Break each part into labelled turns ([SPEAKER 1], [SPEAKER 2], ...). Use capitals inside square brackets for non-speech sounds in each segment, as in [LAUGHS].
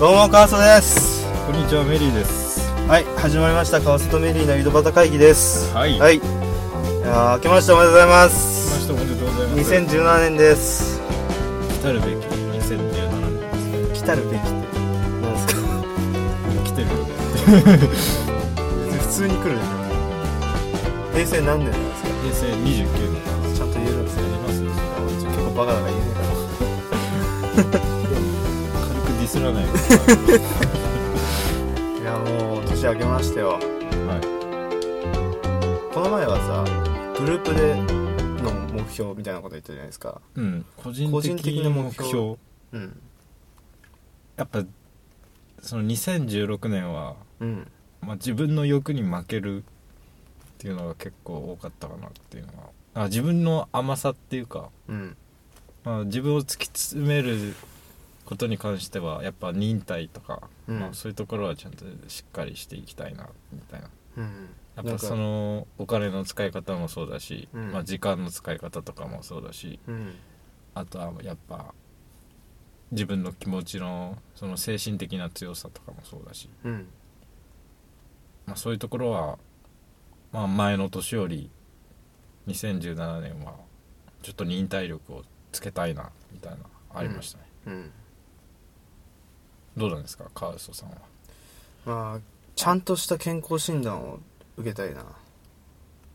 [SPEAKER 1] どうも川瀬です
[SPEAKER 2] こんにちはメリーです。
[SPEAKER 1] はい始まりました川瀬とメリーの井戸端会議です
[SPEAKER 2] はい。
[SPEAKER 1] はいいやー明けましておめでとうございま
[SPEAKER 2] 来まし
[SPEAKER 1] す
[SPEAKER 2] たおめでとうございます。
[SPEAKER 1] 2017年です
[SPEAKER 2] 来たるべき2017年で
[SPEAKER 1] 来たるべきってなんですか
[SPEAKER 2] す。来てるよね。
[SPEAKER 1] 普通に来るでしょ平成何年なんですか
[SPEAKER 2] 平成29年なんです
[SPEAKER 1] ちゃんと言えるんです
[SPEAKER 2] や
[SPEAKER 1] よ
[SPEAKER 2] りますよ。ちょっ
[SPEAKER 1] 結構バカだから言えねえか
[SPEAKER 2] と軽くディスらないで。
[SPEAKER 1] らいやもう年明けましてよ
[SPEAKER 2] はい。
[SPEAKER 1] この前はさグループでの目標みたいなこと言ったじゃないですか
[SPEAKER 2] うん。個人
[SPEAKER 1] 個人的
[SPEAKER 2] 的
[SPEAKER 1] な
[SPEAKER 2] な
[SPEAKER 1] 目
[SPEAKER 2] 目
[SPEAKER 1] 標
[SPEAKER 2] 標。
[SPEAKER 1] うん
[SPEAKER 2] やっぱその2016年は
[SPEAKER 1] うん
[SPEAKER 2] まあ自分の欲に負けるっていうのが結構多かったかなっていうのが。あ自分の甘さっていうか、
[SPEAKER 1] うん
[SPEAKER 2] まあ自分を突き詰めることに関してはやっぱ忍耐とか。
[SPEAKER 1] うん
[SPEAKER 2] まあ、そういうところはちゃんとしっかりしていきたいなみたいな
[SPEAKER 1] うん
[SPEAKER 2] やっ
[SPEAKER 1] なん
[SPEAKER 2] ぱ
[SPEAKER 1] か
[SPEAKER 2] そのお金の使い方もそうだし、
[SPEAKER 1] うん
[SPEAKER 2] まあ、時間の使い方とかもそうだし
[SPEAKER 1] うん
[SPEAKER 2] あとはやっぱ自分の気持ちのその精神的な強さとかもそうだし、
[SPEAKER 1] うん
[SPEAKER 2] まあ、そういうところは、まあ、前の年より2017年はちょっと忍耐力をつけたいなみたいなありましたね、
[SPEAKER 1] うん
[SPEAKER 2] どうなんですかカウソさんは
[SPEAKER 1] まあちゃんとした健康診断を受けたいな、
[SPEAKER 2] あ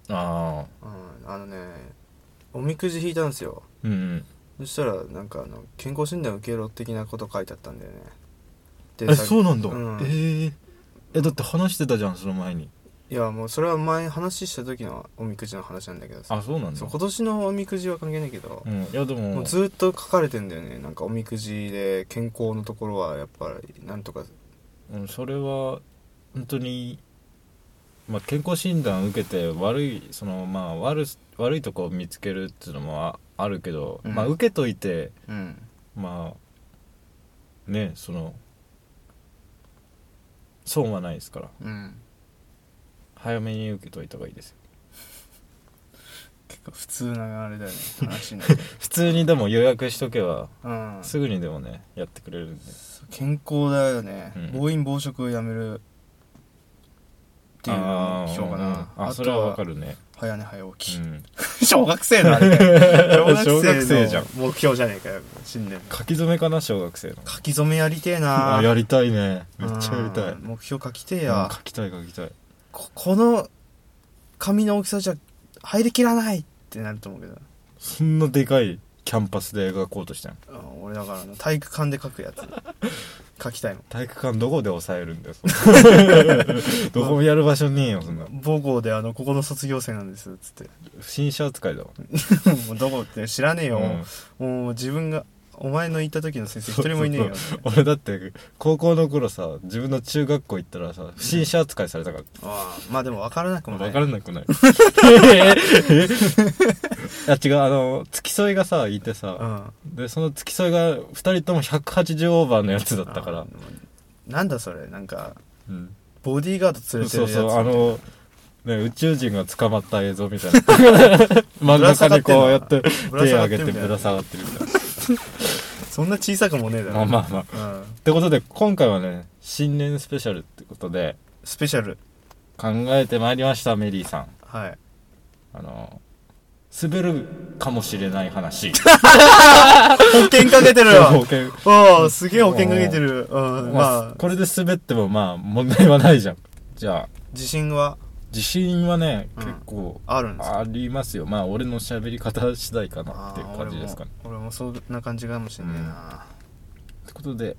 [SPEAKER 2] あ
[SPEAKER 1] うん、あのねおみくじ引いたんですよ
[SPEAKER 2] うんう
[SPEAKER 1] そ
[SPEAKER 2] ん
[SPEAKER 1] したらなんかあの健康診断受けろ的なこと書いてあったんだよねで
[SPEAKER 2] え
[SPEAKER 1] さ
[SPEAKER 2] そうなんだ、
[SPEAKER 1] うん
[SPEAKER 2] えーえだって話してたじゃんその前に
[SPEAKER 1] いやもうそれは前話した時のおみくじの話なんだけどさ
[SPEAKER 2] あそうなんだ
[SPEAKER 1] そう今年のおみくじは関係ないけど
[SPEAKER 2] う、ん、いやでも
[SPEAKER 1] もうずっと書かれてんだよねなんかおみくじで健康のところはやっぱりなんとか
[SPEAKER 2] うん、それは本当にまあ、健康診断受けて悪いそのまあ悪す悪いとこを見つけるっていうのもああるけど、
[SPEAKER 1] うん
[SPEAKER 2] まあ受けといて
[SPEAKER 1] うん
[SPEAKER 2] まあねその損はないですから
[SPEAKER 1] うん
[SPEAKER 2] 早めに受けといた方がいいですよ
[SPEAKER 1] 結構普通なあれだ [LAUGHS] よね話になる
[SPEAKER 2] 普通にでも予約しとけば
[SPEAKER 1] うん
[SPEAKER 2] すぐにでもねやってくれるんで
[SPEAKER 1] 健康だよね、
[SPEAKER 2] うん
[SPEAKER 1] 暴飲暴食をやめるっていうのが目標かな
[SPEAKER 2] あーうんあそれはわかるね、
[SPEAKER 1] 早寝早起き、
[SPEAKER 2] うん、
[SPEAKER 1] [LAUGHS] 小学生のあれだよ
[SPEAKER 2] [LAUGHS] 小学生じゃん
[SPEAKER 1] の目標じゃねえかよ新年の
[SPEAKER 2] 書き初めかな小学生の
[SPEAKER 1] 書き初めやりてえな
[SPEAKER 2] あやりたいねめっちゃやりたい
[SPEAKER 1] うん目標書きてえ
[SPEAKER 2] い
[SPEAKER 1] や、
[SPEAKER 2] 書きたい書きたい
[SPEAKER 1] ここの紙の大きさじゃ入りきらないってなると思うけど
[SPEAKER 2] そんなでかいキャンパスで描こうとしたの
[SPEAKER 1] うん俺だからな体育館で書く
[SPEAKER 2] [LAUGHS]
[SPEAKER 1] やつ書きたいもん
[SPEAKER 2] 体育館どこで抑えるんだよ
[SPEAKER 1] [LAUGHS]
[SPEAKER 2] そんなどこもやる場所ねえよそんな
[SPEAKER 1] 母校であのここの卒業生なんですっつって [LAUGHS]
[SPEAKER 2] 不審者扱いだわ、
[SPEAKER 1] もうどこって知らねえよ、
[SPEAKER 2] うん
[SPEAKER 1] もう自分がお前の行った時の先生一人もいねえよ
[SPEAKER 2] 俺だって高校の頃さ自分の中学校行ったらさ不審者扱いされたから、
[SPEAKER 1] ああまあでも分からなくもない
[SPEAKER 2] 分からな
[SPEAKER 1] [LAUGHS]
[SPEAKER 2] くないあ違うあの付き添いがさいてさ、でその付き添いが2人とも180オーバーのやつだ
[SPEAKER 1] う
[SPEAKER 2] っ
[SPEAKER 1] ん
[SPEAKER 2] たか
[SPEAKER 1] あ
[SPEAKER 2] ら
[SPEAKER 1] ー、なんだそれなんか
[SPEAKER 2] うん、
[SPEAKER 1] ボディーガード連れてる
[SPEAKER 2] そ
[SPEAKER 1] や
[SPEAKER 2] う
[SPEAKER 1] つ
[SPEAKER 2] そうあの、ね、宇宙人が捕まった映像みた
[SPEAKER 1] [LAUGHS]
[SPEAKER 2] いな真ん中にこうやって
[SPEAKER 1] ぶら
[SPEAKER 2] 手
[SPEAKER 1] 下が
[SPEAKER 2] 上
[SPEAKER 1] って
[SPEAKER 2] げ
[SPEAKER 1] る
[SPEAKER 2] て
[SPEAKER 1] みたい
[SPEAKER 2] ぶ
[SPEAKER 1] な
[SPEAKER 2] ら下がってるみたい
[SPEAKER 1] そんな小さくもねえだ
[SPEAKER 2] な
[SPEAKER 1] ろ
[SPEAKER 2] まあまあまあっ
[SPEAKER 1] うん、
[SPEAKER 2] てことで今回はね新年スペシャルってことで
[SPEAKER 1] スペシャル
[SPEAKER 2] 考えてまいりましたメリーさん
[SPEAKER 1] はい
[SPEAKER 2] あの滑るかもしれな
[SPEAKER 1] [LAUGHS]
[SPEAKER 2] い話
[SPEAKER 1] 保険かけてる
[SPEAKER 2] 保
[SPEAKER 1] よ
[SPEAKER 2] 険
[SPEAKER 1] おおすげえ保険かけてるうん
[SPEAKER 2] まあ
[SPEAKER 1] まあ
[SPEAKER 2] これで滑ってもまあ問題はないじゃんじゃあ
[SPEAKER 1] 自信は
[SPEAKER 2] 自信はね
[SPEAKER 1] うん
[SPEAKER 2] 結構
[SPEAKER 1] あるんですか
[SPEAKER 2] ありますよまあ俺の喋り方次第かなっていう感じですかね
[SPEAKER 1] あー俺も俺もそんな感じかもしんねえな、
[SPEAKER 2] ということで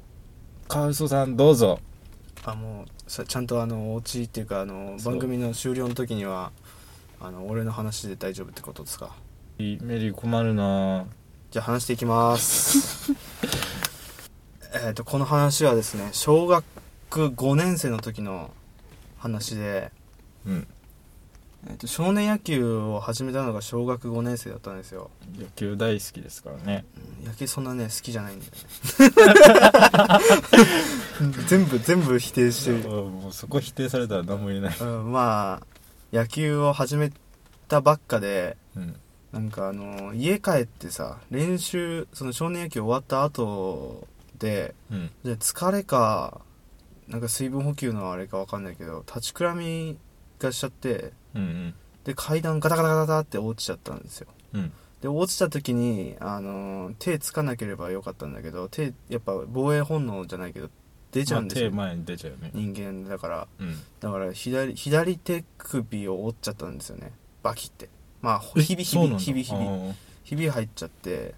[SPEAKER 2] カウソさんどうぞ
[SPEAKER 1] あもうさちゃんとあのお家っていうかあの
[SPEAKER 2] そう
[SPEAKER 1] 番組の終了の時にはあの俺の話で大丈夫ってことですか
[SPEAKER 2] メリー困るな
[SPEAKER 1] じゃあ話していきます [LAUGHS] えっとこの話はですね小学5年生の時の話で、
[SPEAKER 2] うん
[SPEAKER 1] えっと少年野球を始めたのが小学5年生だったんですよ
[SPEAKER 2] 野球大好きですからね
[SPEAKER 1] うん野球そんなね好きじゃないんだよね全部全部否定してる
[SPEAKER 2] もうそこ否定されたら何も言えない、
[SPEAKER 1] うん、まあ野球を始めたばっかで
[SPEAKER 2] うん、
[SPEAKER 1] なんかあの家帰ってさ練習その少年野球終わった後って
[SPEAKER 2] うん
[SPEAKER 1] で疲れかなんか水分補給のあれか分かんないけど立ちくらみがしちゃって
[SPEAKER 2] うん
[SPEAKER 1] で階段ガタガタガタガタって落ちちゃったんですよ
[SPEAKER 2] うんうん
[SPEAKER 1] で落ちた時に、あのー手つかなければよかったんだけど手やっぱ防衛本能じゃないけど出ちゃうんですよ、
[SPEAKER 2] まあ手前に出ちゃうよね
[SPEAKER 1] 人間だから
[SPEAKER 2] うん
[SPEAKER 1] だから左左手首を折っちゃったんですよねバキってまあひびひびひびひび
[SPEAKER 2] び
[SPEAKER 1] ひび入っちゃって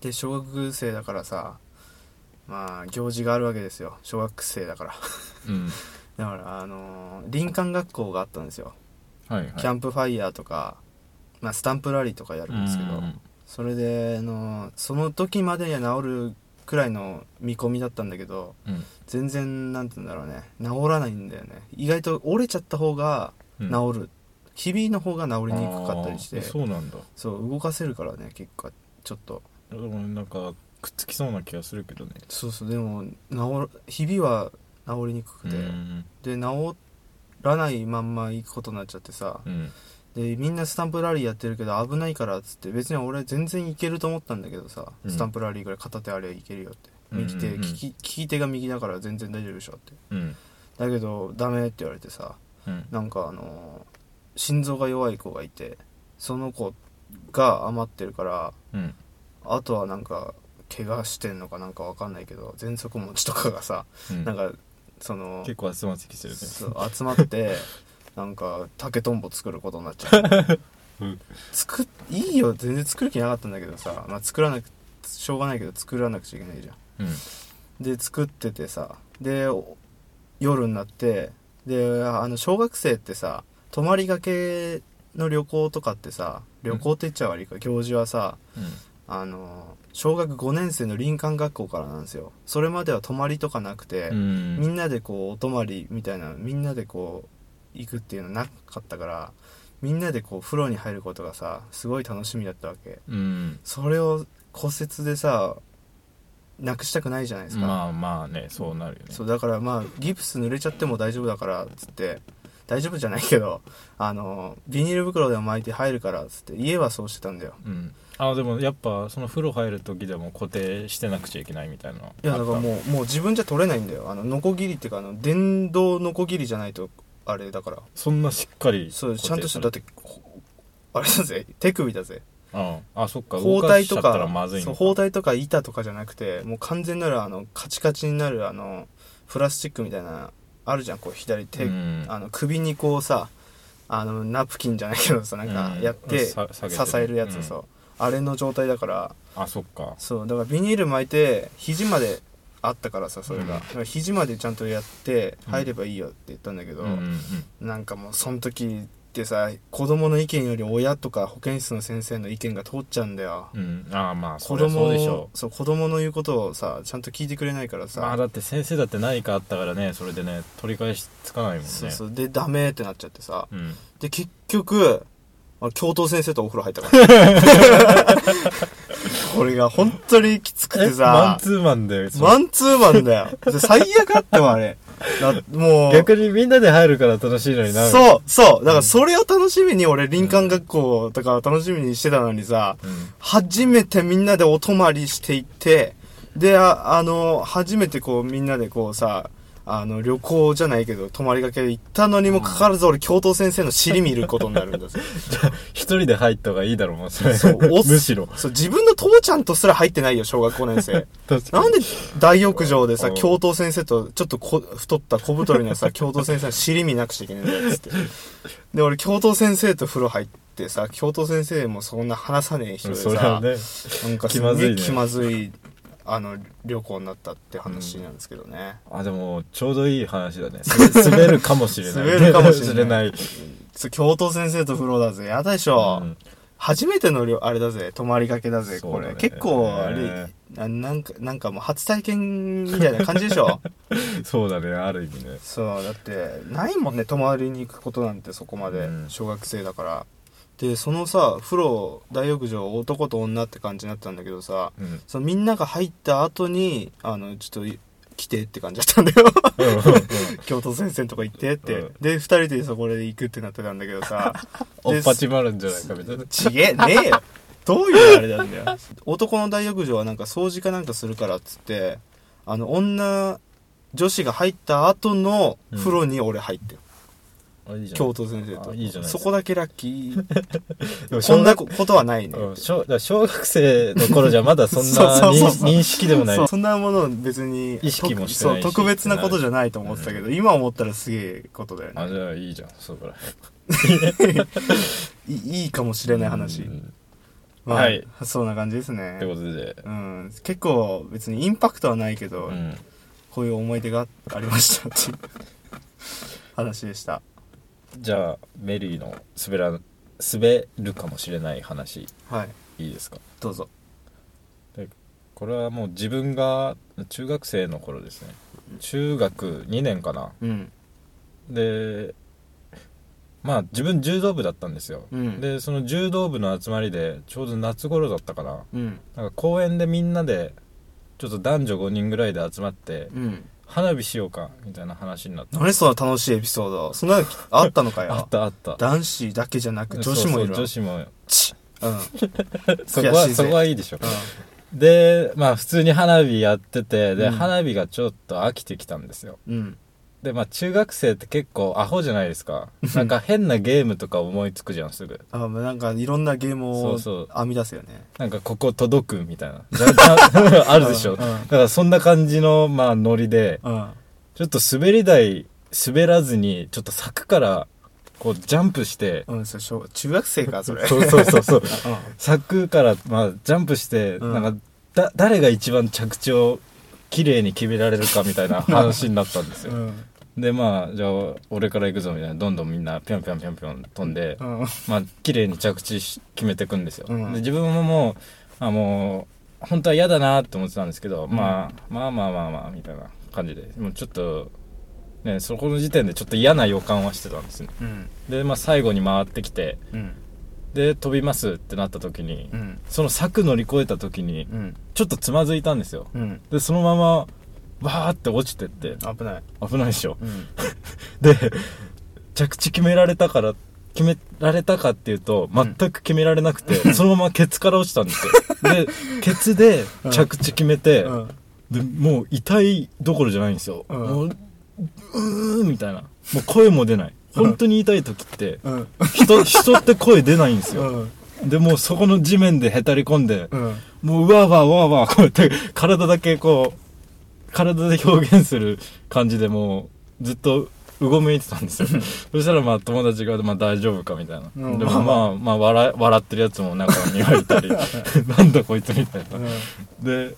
[SPEAKER 1] で小学生だからさまあ行事があるわけですよ小学生だから
[SPEAKER 2] うん
[SPEAKER 1] だからあのー林間学校があったんですよ、
[SPEAKER 2] はいはい
[SPEAKER 1] キャンプファイヤーとか、まあ、スタンプラリーとかやるんですけど、
[SPEAKER 2] うん
[SPEAKER 1] それであのーその時までには治るくらいの見込みだったんだけど
[SPEAKER 2] うん
[SPEAKER 1] 全然なんて言うんだろうね治らないんだよね意外と折れちゃった方が
[SPEAKER 2] うん
[SPEAKER 1] 治る、ひびの方が治りにくかったりし
[SPEAKER 2] あ
[SPEAKER 1] て
[SPEAKER 2] ーそうなんだ
[SPEAKER 1] そう動かせるからね結果ちょっと
[SPEAKER 2] でもなんかくっつきそうな気がするけどね
[SPEAKER 1] そうそうでも治るひびは治りにくくて、
[SPEAKER 2] うん
[SPEAKER 1] で治らないまんま行くことになっちゃってさ
[SPEAKER 2] うん
[SPEAKER 1] でみんなスタンプラリーやってるけど危ないからっつって別に俺全然いけると思ったんだけどさ、
[SPEAKER 2] うん
[SPEAKER 1] スタンプラリーぐらい片手あれいけるよって
[SPEAKER 2] うんうんうん
[SPEAKER 1] 右手、利き利き手が右だから全然大丈夫でしょって
[SPEAKER 2] うん
[SPEAKER 1] だけどダメって言われてさ
[SPEAKER 2] うん
[SPEAKER 1] なんかあのー心臓が弱い子がいてその子が余ってるから
[SPEAKER 2] うん
[SPEAKER 1] あとはなんか怪我してんのかなんかわかんないけど喘息持ちとかがさ
[SPEAKER 2] うん
[SPEAKER 1] なんかその
[SPEAKER 2] 結構集まってきてるね
[SPEAKER 1] そう集ま
[SPEAKER 2] [LAUGHS]
[SPEAKER 1] ってなんか竹とんぼ作ることになっちゃう、
[SPEAKER 2] うん
[SPEAKER 1] 作っいいよ全然作る気なかったんだけどさ、まあ、作らなくしょうがないけど作らなくちゃいけないじゃん
[SPEAKER 2] うん
[SPEAKER 1] で作っててさでお夜になってであの小学生ってさ泊まりがけの旅行とかってさ旅行って言っちゃ悪いか、行事はさ
[SPEAKER 2] うん
[SPEAKER 1] あの小学5年生の林間学校からなんですよそれまでは泊まりとかなくて、
[SPEAKER 2] うん
[SPEAKER 1] みんなでこうお泊まりみたいなみんなでこう行くっていうのなかったからみんなでこう風呂に入ることがさすごい楽しみだったわけ
[SPEAKER 2] うん
[SPEAKER 1] それを骨折でさなくしたくないじゃないですか、
[SPEAKER 2] まあまあねそうなるよね
[SPEAKER 1] そうだからまあギプス濡れちゃっても大丈夫だからっつって大丈夫じゃないけどあのビニール袋でも巻いて入るからっつって家はそうしてたんだよ
[SPEAKER 2] うんあでもやっぱその風呂入る時でも固定してなくちゃいけないみたいないい
[SPEAKER 1] やだからもうもう自分じゃ取れないんだよあのノコギリっていうかあの電動ノコギリじゃないとあれだから
[SPEAKER 2] そんなしっかり
[SPEAKER 1] そう
[SPEAKER 2] 固定
[SPEAKER 1] ちゃんとしただ
[SPEAKER 2] さ
[SPEAKER 1] っ
[SPEAKER 2] れ
[SPEAKER 1] てこあれだぜ手首だぜ
[SPEAKER 2] うんあそっか
[SPEAKER 1] 包
[SPEAKER 2] 包帯
[SPEAKER 1] 帯
[SPEAKER 2] と
[SPEAKER 1] と
[SPEAKER 2] か
[SPEAKER 1] か
[SPEAKER 2] たらまずい
[SPEAKER 1] そう
[SPEAKER 2] の
[SPEAKER 1] 包
[SPEAKER 2] か
[SPEAKER 1] 帯とか板とかじゃなくてもう完全なるあのカチカチになるあのプラスチックみたいなあるじゃんこう左手、
[SPEAKER 2] うん
[SPEAKER 1] あの首にこうさあのナプキンじゃないけどさなんか
[SPEAKER 2] うん
[SPEAKER 1] やって支
[SPEAKER 2] さ下げてね
[SPEAKER 1] えるやつ、
[SPEAKER 2] うん
[SPEAKER 1] そうあれの状態だから
[SPEAKER 2] あそっか
[SPEAKER 1] そうだからビニール巻いて肘まであったからさそれが、
[SPEAKER 2] うん
[SPEAKER 1] だから肘までちゃんとやって
[SPEAKER 2] うん
[SPEAKER 1] 入ればいいよって言ったんだけど、
[SPEAKER 2] うんうん
[SPEAKER 1] なんかもうその時ってさ子供の意見より親とか保健室の先生の意見が通っちゃうんだよ、
[SPEAKER 2] うん、うん、ああまあ
[SPEAKER 1] 子
[SPEAKER 2] そりゃ
[SPEAKER 1] 供
[SPEAKER 2] そう
[SPEAKER 1] を
[SPEAKER 2] でしょ
[SPEAKER 1] そう子供の言うことをさちゃんと聞いてくれないからさ、
[SPEAKER 2] まあだって先生だって何かあったからねそれでね取り返しつかないもんね
[SPEAKER 1] そうそうでダメってなっちゃってさ
[SPEAKER 2] うん、
[SPEAKER 1] で結局あ教頭先生とお風呂入ったから
[SPEAKER 2] [LAUGHS]
[SPEAKER 1] これが本当にきつくて
[SPEAKER 2] えマ
[SPEAKER 1] さ
[SPEAKER 2] ンツーマンでそう
[SPEAKER 1] マンツーマンだよで最悪あったわあれだもう
[SPEAKER 2] 逆にみんなで入るから楽しいのになう、
[SPEAKER 1] そうそうだからそれを楽しみに俺林間学校とかを楽しみにしてたのにさ、
[SPEAKER 2] うん、
[SPEAKER 1] 初めてみんなでお泊まりしていって、で、ああの、初めてこうみんなでこうさ、あの、旅行じゃないけど、泊まりがけ行ったのにもかかわらず俺、教頭先生の尻見ることになるん
[SPEAKER 2] [LAUGHS]
[SPEAKER 1] だぜ。
[SPEAKER 2] 一人で入った方がいいだろうもんそれ
[SPEAKER 1] そうおっ
[SPEAKER 2] [LAUGHS] むしろ
[SPEAKER 1] そう、自分の父ちゃんとすら入ってないよ、小学5年生。
[SPEAKER 2] 確かに
[SPEAKER 1] なんで大浴場でさ、
[SPEAKER 2] うん
[SPEAKER 1] 教頭先生と、ちょっとこ太った小太りの
[SPEAKER 2] [LAUGHS]
[SPEAKER 1] さ、教頭先生の尻見なくちゃいけないんだよ、つって。で、俺、教頭先生と風呂入ってさ、教頭先生もそんな話さねえ人でさ、
[SPEAKER 2] それはね
[SPEAKER 1] なんかす
[SPEAKER 2] 気
[SPEAKER 1] ご
[SPEAKER 2] まずい
[SPEAKER 1] い
[SPEAKER 2] ね
[SPEAKER 1] 気まずいあの旅行になったって話なんですけどね、
[SPEAKER 2] あでもちょうどいい話だね
[SPEAKER 1] [LAUGHS]
[SPEAKER 2] す滑るかもしれない
[SPEAKER 1] 滑るかもしれない
[SPEAKER 2] [LAUGHS] い
[SPEAKER 1] そう教頭先生と風呂だぜやだでしょ、
[SPEAKER 2] うん
[SPEAKER 1] 初めての旅あれだぜ泊まりがけだぜ
[SPEAKER 2] そう
[SPEAKER 1] こ
[SPEAKER 2] だ
[SPEAKER 1] れ
[SPEAKER 2] ね
[SPEAKER 1] 結構あれ
[SPEAKER 2] ね
[SPEAKER 1] ななんかなんかもう初体験みたいな感じでし
[SPEAKER 2] [LAUGHS]
[SPEAKER 1] ょ
[SPEAKER 2] そうだねある意味ね
[SPEAKER 1] そうだってないもんね泊まりに行くことなんてそこまで、
[SPEAKER 2] うん
[SPEAKER 1] 小学生だからでそのさ風呂大浴場男と女って感じになったんだけどさ
[SPEAKER 2] うん
[SPEAKER 1] そのみんなが入った後にあのちょっと来てって感じだったんだよ京都先生のとか行ってって、
[SPEAKER 2] うん
[SPEAKER 1] で2人
[SPEAKER 2] [LAUGHS]
[SPEAKER 1] でそこで行くってなってたんだけどさ
[SPEAKER 2] おっぱちまるんじゃないかみたいな
[SPEAKER 1] ちげえねえよどういうあれなんだよ男の大浴場はなんか掃除かなんかするからっつってあの女女子が入った後の風呂に俺入ってる、
[SPEAKER 2] あいいじゃん
[SPEAKER 1] 京都先生と
[SPEAKER 2] あいいじゃない
[SPEAKER 1] そこだけラッキー
[SPEAKER 2] [LAUGHS] でも
[SPEAKER 1] こんな
[SPEAKER 2] 小
[SPEAKER 1] こことはないね、
[SPEAKER 2] 学うん小だから小学生の頃じゃまだそ
[SPEAKER 1] [LAUGHS]
[SPEAKER 2] ん
[SPEAKER 1] そう
[SPEAKER 2] な
[SPEAKER 1] そうそう
[SPEAKER 2] 認
[SPEAKER 1] そう
[SPEAKER 2] 識認識でもない
[SPEAKER 1] そうそんなもの別に
[SPEAKER 2] 意識もしてないし
[SPEAKER 1] そう特別なことじゃないと思ってたけど、今思ったらすげえことだよね
[SPEAKER 2] あじゃあいいじゃんそこら
[SPEAKER 1] いいいかもしれない話、
[SPEAKER 2] うん
[SPEAKER 1] まあ、
[SPEAKER 2] はい
[SPEAKER 1] そんな感じです
[SPEAKER 2] っ
[SPEAKER 1] ね
[SPEAKER 2] てことで
[SPEAKER 1] うん、結構別にインパクトはないけど、
[SPEAKER 2] うん
[SPEAKER 1] こういう思い出がありましたっていう話でした
[SPEAKER 2] じゃあメリーの滑らん滑るかもしれない話
[SPEAKER 1] はい
[SPEAKER 2] いいですか
[SPEAKER 1] どうぞ
[SPEAKER 2] これはもう自分が中学生の頃ですね中学2年かな
[SPEAKER 1] うん
[SPEAKER 2] でまあ自分柔道部だったんですよ、
[SPEAKER 1] うん
[SPEAKER 2] でその柔道部の集まりでちょうど夏頃だったかな
[SPEAKER 1] うん
[SPEAKER 2] なんか公園でみんなでちょっと男女5人ぐらいで集まって
[SPEAKER 1] うん
[SPEAKER 2] 花火しようかみたいな話になった
[SPEAKER 1] 何その楽しいエピソードそんなのあったのかよ
[SPEAKER 2] [LAUGHS] あったあった
[SPEAKER 1] 男子だけじゃなく女子もいるわ
[SPEAKER 2] そうそう女子も
[SPEAKER 1] チッうん、うん、
[SPEAKER 2] [LAUGHS] そこは
[SPEAKER 1] ぜ
[SPEAKER 2] そこはいいでしょでまあ普通に花火やっててで、
[SPEAKER 1] うん
[SPEAKER 2] 花火がちょっと飽きてきたんですよ
[SPEAKER 1] うん
[SPEAKER 2] でまあ中学生って結構アホじゃないです
[SPEAKER 1] [LAUGHS]
[SPEAKER 2] かなんか変なゲームとか思いつくじゃんすぐ
[SPEAKER 1] あまあなんかいろんなゲーム
[SPEAKER 2] そ
[SPEAKER 1] を
[SPEAKER 2] うそう
[SPEAKER 1] 編み出すよね
[SPEAKER 2] なんかここ届くみたいなじゃじゃあるでし
[SPEAKER 1] う
[SPEAKER 2] ょ
[SPEAKER 1] ん
[SPEAKER 2] だからそんな感じのまあノリで
[SPEAKER 1] うん
[SPEAKER 2] ちょっと滑り台滑らずにちょっと柵からこうジャンプして
[SPEAKER 1] うん、それ小中学生かそれ
[SPEAKER 2] そうそうそ
[SPEAKER 1] [LAUGHS]
[SPEAKER 2] うそう
[SPEAKER 1] うん
[SPEAKER 2] 柵からまあジャンプして
[SPEAKER 1] うん
[SPEAKER 2] なんかだ誰が一番着地を綺麗に決められるかみた
[SPEAKER 1] [LAUGHS]
[SPEAKER 2] いな話になったんですよ
[SPEAKER 1] うん
[SPEAKER 2] でまあじゃあ俺から行くぞみたいなどんどんみんなぴょんぴょんぴょんぴょん飛んで
[SPEAKER 1] うん
[SPEAKER 2] まあ綺麗に着地し決めていくんですよ、
[SPEAKER 1] うん
[SPEAKER 2] で自分ももうあもう本当は嫌だなって思ってたんですけど、まあ、まあまあまあまあみたいな感じでもうちょっと、ね、そこの時点でちょっと嫌な予感はしてたんですね
[SPEAKER 1] うん
[SPEAKER 2] で、まあ、最後に回ってきて
[SPEAKER 1] うん
[SPEAKER 2] で飛びますってなった時に、
[SPEAKER 1] うん
[SPEAKER 2] その柵乗り越えた時に
[SPEAKER 1] うん
[SPEAKER 2] ちょっとつまずいたんですよ
[SPEAKER 1] うん
[SPEAKER 2] でそのままバーって落ちてって
[SPEAKER 1] 危ない
[SPEAKER 2] 危ないでしょ
[SPEAKER 1] うん
[SPEAKER 2] で着地決められたから決められたかっていうと全く決められなくて、そのままケツから落ちたんですよ
[SPEAKER 1] [LAUGHS]
[SPEAKER 2] でケツで着地決めて、
[SPEAKER 1] うん
[SPEAKER 2] でもう痛いどころじゃないんですよ、
[SPEAKER 1] うん
[SPEAKER 2] もううーんみたいなもう声も出ない本当に痛い時って
[SPEAKER 1] うん
[SPEAKER 2] 人人って声出ないんです
[SPEAKER 1] う
[SPEAKER 2] よ、
[SPEAKER 1] ん
[SPEAKER 2] でもうそこの地面でへたり込んで、
[SPEAKER 1] うん
[SPEAKER 2] もううわーわーわーわーこうやって体だけこう体で表現する感じでもうずっとうごめいてたんですよそしたらまあ友達が「まあ、大丈夫か」みたいな、
[SPEAKER 1] うん
[SPEAKER 2] でもまあまあ笑い笑ってるやつもなんか言われたりなんだこいつみたいなで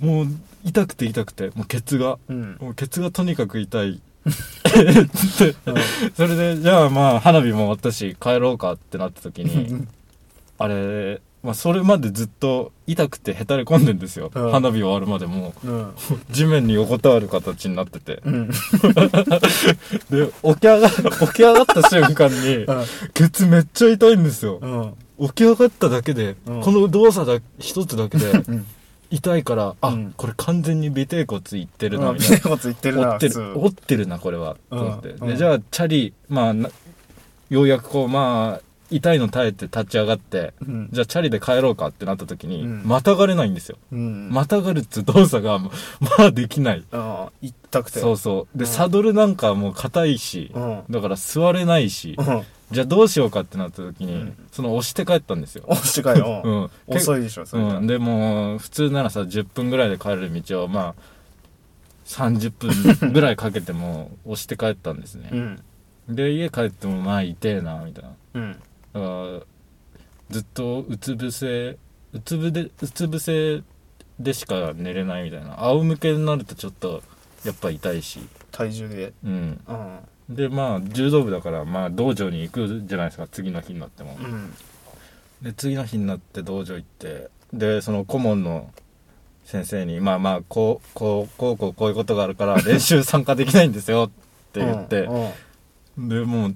[SPEAKER 2] もう痛くて痛くてもうケツが
[SPEAKER 1] うん
[SPEAKER 2] もうケツがとにかく痛い [LAUGHS] つってそれでじゃあまあ花火も終わったし帰ろうかってなった時に
[SPEAKER 1] [LAUGHS]
[SPEAKER 2] あれ、まあ、それまでずっと痛くてへたれ込んでんですよ、
[SPEAKER 1] うん
[SPEAKER 2] 花火終わるまでも
[SPEAKER 1] うん
[SPEAKER 2] う地面に横たわる形になってて
[SPEAKER 1] うん
[SPEAKER 2] で起き上が [LAUGHS] 起き上がった瞬間にケツめっちゃ痛いんですよ
[SPEAKER 1] うん
[SPEAKER 2] 起き上がっただけで、
[SPEAKER 1] うん
[SPEAKER 2] この動作だ一つだ
[SPEAKER 1] [LAUGHS]
[SPEAKER 2] けで
[SPEAKER 1] うん
[SPEAKER 2] 痛いからあ、
[SPEAKER 1] うん
[SPEAKER 2] これ完全に尾てい骨いってるなみ
[SPEAKER 1] み
[SPEAKER 2] たい
[SPEAKER 1] た
[SPEAKER 2] [LAUGHS] な
[SPEAKER 1] な
[SPEAKER 2] い
[SPEAKER 1] こと言ってる
[SPEAKER 2] 折
[SPEAKER 1] な
[SPEAKER 2] って
[SPEAKER 1] 普
[SPEAKER 2] る
[SPEAKER 1] 通
[SPEAKER 2] 折ってるなこれは、
[SPEAKER 1] うん
[SPEAKER 2] と思ってで、
[SPEAKER 1] うん
[SPEAKER 2] じゃあチャリまあなようやくこうまあ痛いの耐えて立ち上がって
[SPEAKER 1] うん
[SPEAKER 2] じゃあチャリで帰ろうかってなった時に、
[SPEAKER 1] うん
[SPEAKER 2] またがれないんですよ
[SPEAKER 1] うん
[SPEAKER 2] またがるっつう動作がまあできない
[SPEAKER 1] うん行ったくて
[SPEAKER 2] そうそうで、
[SPEAKER 1] うん
[SPEAKER 2] サドルなんかもう硬いし、
[SPEAKER 1] うんうん
[SPEAKER 2] だから座れないし、じゃあどうしようかってなった時に、
[SPEAKER 1] うん
[SPEAKER 2] その押して帰ったんですよ、
[SPEAKER 1] 押してかよ
[SPEAKER 2] う
[SPEAKER 1] うん
[SPEAKER 2] ん、結
[SPEAKER 1] 遅いでしょそれ
[SPEAKER 2] うん、でもう普通ならさ10分ぐらいで帰れる道をまあ30分ぐらいかけても押して帰ったんです
[SPEAKER 1] う
[SPEAKER 2] ね、
[SPEAKER 1] ん
[SPEAKER 2] で家帰ってもまあ痛えなみたいな
[SPEAKER 1] うん
[SPEAKER 2] だからずっとうつ伏せうつぶでうつ伏せでしか寝れないみたいな仰向けになるとちょっとやっぱ痛いし
[SPEAKER 1] 体重で
[SPEAKER 2] うん
[SPEAKER 1] うん
[SPEAKER 2] でまあ柔道部だからまあ道場に行くじゃないですか次の日になっても
[SPEAKER 1] うん
[SPEAKER 2] で次の日になって道場行ってでその顧問の先生に「まあまあこうこうこうこうこういうことがあるから練習参加できないんですよ」って言って、
[SPEAKER 1] うんうん
[SPEAKER 2] でもう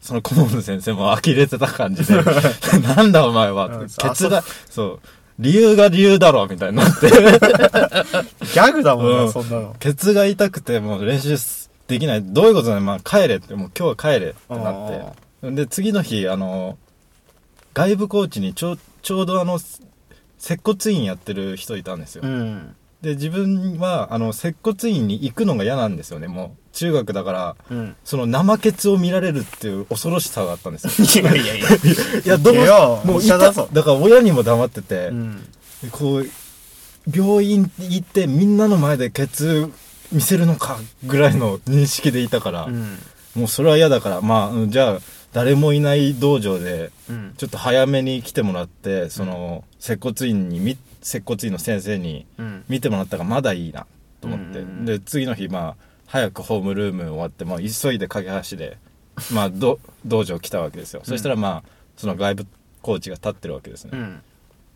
[SPEAKER 2] その顧問の先生も呆れてた
[SPEAKER 1] [LAUGHS]
[SPEAKER 2] 感じで「なんだお前
[SPEAKER 1] う
[SPEAKER 2] は」
[SPEAKER 1] ん
[SPEAKER 2] ケツだそう理由が理由だろみたいになって
[SPEAKER 1] ギャグだもん
[SPEAKER 2] うん
[SPEAKER 1] なそんなの
[SPEAKER 2] ケツが痛くてもう練習できないどういうことだよ、まあ、帰れってもう今日は帰れってなってで次の日あの外部コーチにちょちょうどあの接骨院やってる人いたんですよ、
[SPEAKER 1] うん。
[SPEAKER 2] で自分はあの接骨院に行くのが嫌なんですよねもう中学だから
[SPEAKER 1] うん。
[SPEAKER 2] その生ケツを見られるっていう恐ろしさがあったんですよ
[SPEAKER 1] いやいやいや。
[SPEAKER 2] いやどう
[SPEAKER 1] いや
[SPEAKER 2] もう
[SPEAKER 1] 医者だぞ
[SPEAKER 2] いただから親にも黙ってて、
[SPEAKER 1] うん。
[SPEAKER 2] こう病院行ってみんなの前でケツ見せるのかぐらいの認識でいたから、
[SPEAKER 1] うん。
[SPEAKER 2] もうそれは嫌だからまあうんじゃあ誰もいない道場で
[SPEAKER 1] うん。
[SPEAKER 2] ちょっと早めに来てもらってその接骨院にみ接骨院の先生に
[SPEAKER 1] うん。
[SPEAKER 2] 見てもらったからまだいいなと思って、
[SPEAKER 1] うんうんうん
[SPEAKER 2] で次の日まあ早くホームルーム終わって、まあ、急いで架け橋で、まあ、ど [LAUGHS] 道場来たわけですよ、そしたらまあその外部コーチが立ってるわけですね、
[SPEAKER 1] うん。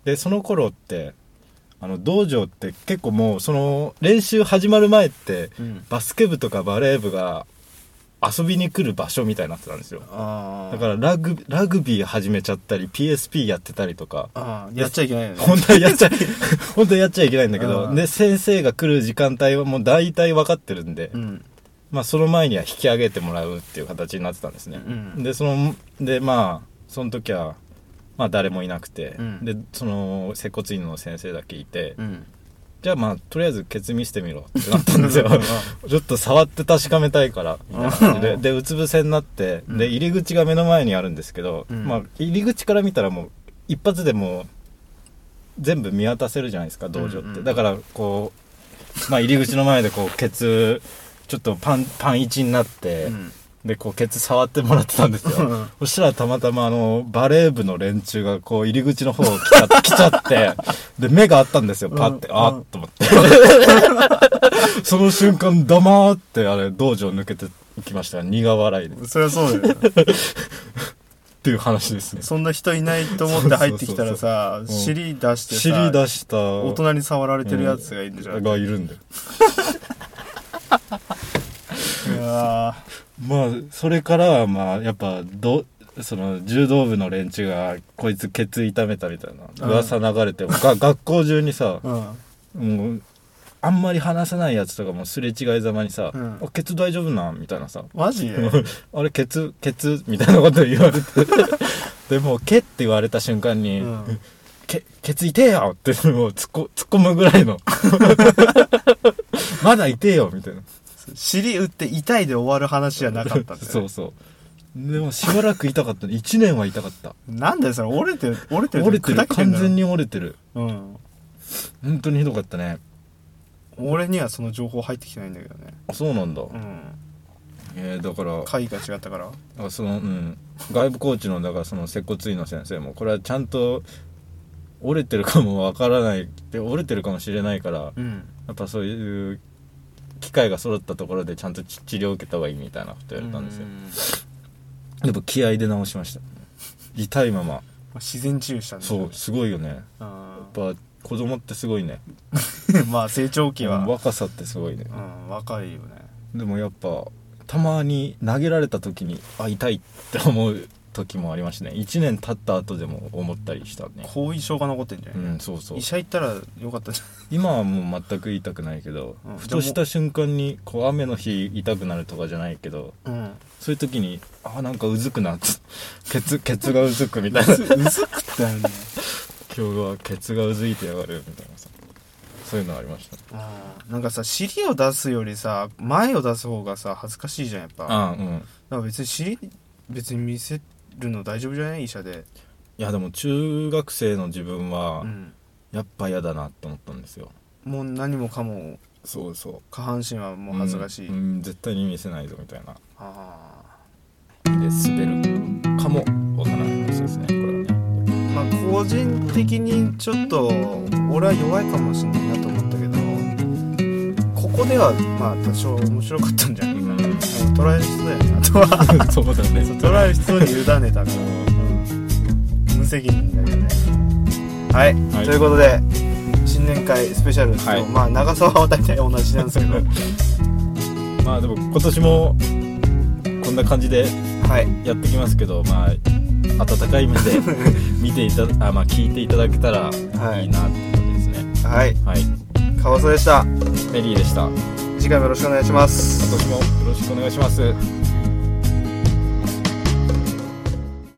[SPEAKER 2] でその頃ってあの道場って結構もうその練習始まる前って
[SPEAKER 1] うん。
[SPEAKER 2] バスケ部とかバレー部が遊びに来る場所みたいになってたんですよ
[SPEAKER 1] ああ。、
[SPEAKER 2] だかららラグラグビー始めちゃったり PSP やってたりとか
[SPEAKER 1] ああ、やっちゃいけないよね。
[SPEAKER 2] 本当は
[SPEAKER 1] [LAUGHS]
[SPEAKER 2] やっちゃい本当はやっちゃいけないんだけ
[SPEAKER 1] う
[SPEAKER 2] ど
[SPEAKER 1] ん
[SPEAKER 2] で先生が来る時間帯はもう大体分かってるんで、
[SPEAKER 1] うん。
[SPEAKER 2] まあ、その前には引き上げてもらうっていう形になってたんです
[SPEAKER 1] う
[SPEAKER 2] ね、
[SPEAKER 1] ん。
[SPEAKER 2] でそのでまあその時はまあ誰もいなくて、
[SPEAKER 1] うん
[SPEAKER 2] でその接骨院の先生だけいて、
[SPEAKER 1] うん。
[SPEAKER 2] じゃあまあとりあえずケツ見せてみろってなったんですよちょっと触って確かめたいからみたいな感じで
[SPEAKER 1] うん
[SPEAKER 2] でうつ伏せになって、
[SPEAKER 1] うん
[SPEAKER 2] で入り口が目の前にあるんですけど、
[SPEAKER 1] うん
[SPEAKER 2] まあ入り口から見たらもう一発でもう全部見渡せるじゃないですか道場って、
[SPEAKER 1] うんうん
[SPEAKER 2] だからこうまあ入り口の前でこうケツちょっとパンパン一になって、
[SPEAKER 1] うん。
[SPEAKER 2] でこうケツ触ってもらってたんですよ、
[SPEAKER 1] うん
[SPEAKER 2] そしたらたまたまあのバレー部の連中がこう入り口の方来ちゃ [LAUGHS] 来ちゃってで目があったんですよパッて、
[SPEAKER 1] うん
[SPEAKER 2] あ
[SPEAKER 1] う
[SPEAKER 2] ー
[SPEAKER 1] ん
[SPEAKER 2] っと思って [LAUGHS] その瞬間黙ってあれ道場抜けていきました苦笑いでっ
[SPEAKER 1] そりゃそうだよね。
[SPEAKER 2] ていう話ですね
[SPEAKER 1] そんな人いないと思って入ってきたらさ、
[SPEAKER 2] そうそうそう
[SPEAKER 1] 尻出してさ、
[SPEAKER 2] 知り出した
[SPEAKER 1] 大人に触られてるやつがいるじゃん。
[SPEAKER 2] がいるんだよ
[SPEAKER 1] いや
[SPEAKER 2] まあそれからはまあやっぱどその柔道部の連中がこいつケツ痛めたみたいな噂流れて、が学校中にさ
[SPEAKER 1] ーうん。
[SPEAKER 2] もうあんまり話せないやつとかもすれ違いざまにさ「
[SPEAKER 1] うん
[SPEAKER 2] あケツ大丈夫なん?」みたいなさ
[SPEAKER 1] マジ
[SPEAKER 2] 「
[SPEAKER 1] で
[SPEAKER 2] あれケツケツ」みたいなこと言
[SPEAKER 1] [LAUGHS]
[SPEAKER 2] われてでもう「ケ」って言われた瞬間に「
[SPEAKER 1] うん。
[SPEAKER 2] ケケツ痛えよ!」ってもう突っこ突っ込むぐらい
[SPEAKER 1] [LAUGHS]
[SPEAKER 2] の「まだ痛えよ!」みたいな
[SPEAKER 1] 尻打って痛いで終わる話じゃなかったんだよね。
[SPEAKER 2] そうそうでもしばらく痛かった1年は痛かった
[SPEAKER 1] なんだよ、それ折れてる、折れてる。
[SPEAKER 2] 折れてる
[SPEAKER 1] 砕けん
[SPEAKER 2] 完
[SPEAKER 1] だろ
[SPEAKER 2] 全。に折れてる
[SPEAKER 1] うん。
[SPEAKER 2] 本当にひどかったね
[SPEAKER 1] 俺にはその情報入ってきてないんだけどね。
[SPEAKER 2] あそうなんだ、
[SPEAKER 1] うん。
[SPEAKER 2] えーだから
[SPEAKER 1] 回が違ったから。
[SPEAKER 2] だからそのうん外部コーチのだからその接骨院の先生もこれはちゃんと折れてるかもわからないで折れてるかもしれないからや
[SPEAKER 1] うん。
[SPEAKER 2] っぱそういう機会が揃ったところでちゃんと治治療を受けた方がいいみたいなこと言われたんですよ
[SPEAKER 1] うん
[SPEAKER 2] やっぱ気合で治しました痛いまま
[SPEAKER 1] まあ自然治癒したんだけど
[SPEAKER 2] そうすごいよねやっ
[SPEAKER 1] うん。
[SPEAKER 2] ぱ子供ってすごいね
[SPEAKER 1] まあ成長期は、
[SPEAKER 2] 若さってすごいね
[SPEAKER 1] うん、若いよね。
[SPEAKER 2] でもやっぱたまに投げられた時にあ痛いって思う時もありましたね1年経った後でも思ったりしたね
[SPEAKER 1] 後遺症が残ってんじゃ
[SPEAKER 2] う
[SPEAKER 1] ない、
[SPEAKER 2] んそうそう
[SPEAKER 1] 医者行ったらよかったじ
[SPEAKER 2] 今はもう全く痛くないけど、
[SPEAKER 1] うん
[SPEAKER 2] ふとした瞬間にこう雨の日痛くなるとかじゃないけど
[SPEAKER 1] ゃん。うん。
[SPEAKER 2] そういう時にあなんかうずくなってケツケツがう [LAUGHS] ずくみた [LAUGHS] いな
[SPEAKER 1] うずくったよね。
[SPEAKER 2] 今日はケツがうずいてやがるみたいなさそういうのありました
[SPEAKER 1] うん。なんかさ、尻を出すよりさ、前を出す方がさ、恥ずかしいじゃん、やっぱ。だか
[SPEAKER 2] あうん
[SPEAKER 1] ら別に尻、別に見せるの大丈夫じゃない医者で。
[SPEAKER 2] いやでも中学生の自分は
[SPEAKER 1] うん。
[SPEAKER 2] やっぱ嫌だなって思ったんですよ
[SPEAKER 1] もう何もかも、
[SPEAKER 2] そうそ
[SPEAKER 1] 下半身は
[SPEAKER 2] う
[SPEAKER 1] もう恥ずかしい。
[SPEAKER 2] うんうん絶対に見せないぞみたいな
[SPEAKER 1] あ
[SPEAKER 2] で滑るかもわからない話ですねこれは
[SPEAKER 1] あ。
[SPEAKER 2] ね
[SPEAKER 1] まあ、個人的にちょっと、俺は弱いかもしれないなと思ったけど、ここでは、まあ、多少面白かったんじゃない
[SPEAKER 2] うん
[SPEAKER 1] 捉える人だよねあとは
[SPEAKER 2] [LAUGHS] そうだね
[SPEAKER 1] 捉える人に委ねたから、無責任だよねはい、
[SPEAKER 2] はい
[SPEAKER 1] ということで新年会スペシャルですけど、
[SPEAKER 2] はい
[SPEAKER 1] まあ長さは大体同じなんです
[SPEAKER 2] [LAUGHS]
[SPEAKER 1] けど
[SPEAKER 2] まあでも今年もこんな感じで
[SPEAKER 1] はい
[SPEAKER 2] やってきますけどまあ温かい目で見ていたあまあ聞いていただけたら
[SPEAKER 1] はい
[SPEAKER 2] いいなってことですね
[SPEAKER 1] はい
[SPEAKER 2] はい
[SPEAKER 1] 川添でした
[SPEAKER 2] メリーでした今
[SPEAKER 1] 次回もよろしくお願いします
[SPEAKER 2] 年もよろしくお願いします